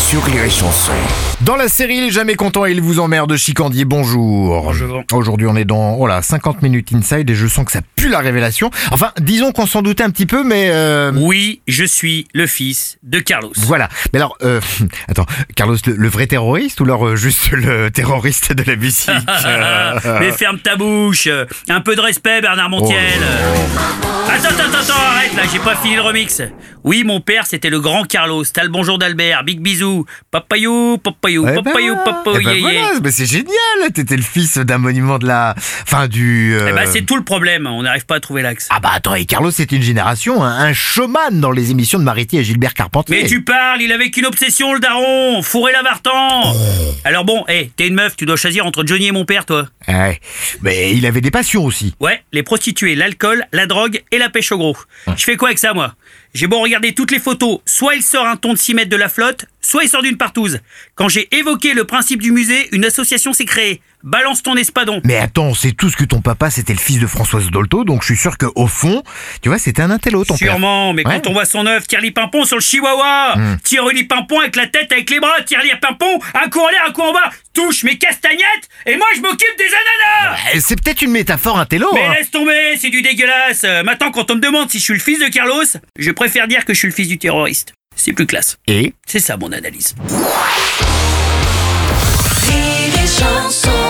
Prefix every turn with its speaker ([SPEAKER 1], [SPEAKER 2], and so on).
[SPEAKER 1] sur Rire et Chanson.
[SPEAKER 2] Dans la série Il est jamais content et il vous emmerde, Chicandier, bonjour.
[SPEAKER 3] Bonjour.
[SPEAKER 2] Aujourd'hui, on est dans oh là, 50 minutes inside et je sens que ça pue la révélation. Enfin, disons qu'on s'en doutait un petit peu, mais euh,
[SPEAKER 3] Oui, je suis le fils de Carlos.
[SPEAKER 2] voilà. Mais alors, euh, attends, Carlos, le, le vrai terroriste ou alors euh, juste le terroriste de la musique euh,
[SPEAKER 3] Ah, mais ferme ta bouche. Un peu de respect, Bernard
[SPEAKER 2] Oh
[SPEAKER 3] Montiel. Attends, attends, attends, arrête là, j'ai pas fini le remix. Oui, mon père, c'était le grand Carlos. T'as le bonjour d'Albert. Big bisou. Papayou, papayou,
[SPEAKER 2] Eh ben
[SPEAKER 3] papayou,
[SPEAKER 2] voilà.
[SPEAKER 3] papayou,
[SPEAKER 2] Eh ben
[SPEAKER 3] yeah, yeah.
[SPEAKER 2] voilà, mais c'est génial. T'étais le fils d'un monument de la, enfin du.
[SPEAKER 3] Eh ben,
[SPEAKER 2] euh,
[SPEAKER 3] c'est tout le problème. On n'arrive pas à trouver l'axe.
[SPEAKER 2] Ah bah attends, et Carlos, c'est une génération, hein, un showman dans les émissions de Mariti et Gilbert Carpentier.
[SPEAKER 3] Mais tu parles, il avait qu'une obsession, le daron. Fourrer la
[SPEAKER 2] Oh.
[SPEAKER 3] vartan. Alors bon, hé, t'es une meuf, tu dois choisir entre Johnny et mon père, toi.
[SPEAKER 2] Ouais. Eh, Mais il avait des passions aussi.
[SPEAKER 3] Ouais, les prostituées, l'alcool, la drogue et la pêche au gros. Je fais quoi avec ça, moi J'ai beau regarder toutes les photos, soit il sort un ton de 6 mètres de la flotte, soit il sort d'une partouze. Quand j'ai évoqué le principe du musée, une association s'est créée. Balance ton espadon.
[SPEAKER 2] Mais attends, on sait tous que ton papa c'était le fils de Françoise Dolto, donc je suis sûr que au fond, tu vois, c'était un intello ton père.
[SPEAKER 3] Sûrement, mais
[SPEAKER 2] Ouais. Hmm.
[SPEAKER 3] quand on voit son œuf, tire les pimpons sur le chihuahua, tire les pimpons avec la tête, avec les bras, tire les pimpons, un coup en l'air, un coup en bas, touche mes castagnettes, et moi je m'occupe des ananas
[SPEAKER 2] Eh, C'est peut-être une métaphore intello.
[SPEAKER 3] Mais
[SPEAKER 2] hein.
[SPEAKER 3] laisse tomber, c'est du dégueulasse. Euh, Maintenant, quand on me demande si je suis le fils de Carlos, je préfère dire que je suis le fils du terroriste. C'est plus classe.
[SPEAKER 2] Et
[SPEAKER 3] C'est ça mon analyse.
[SPEAKER 4] Rire et chanson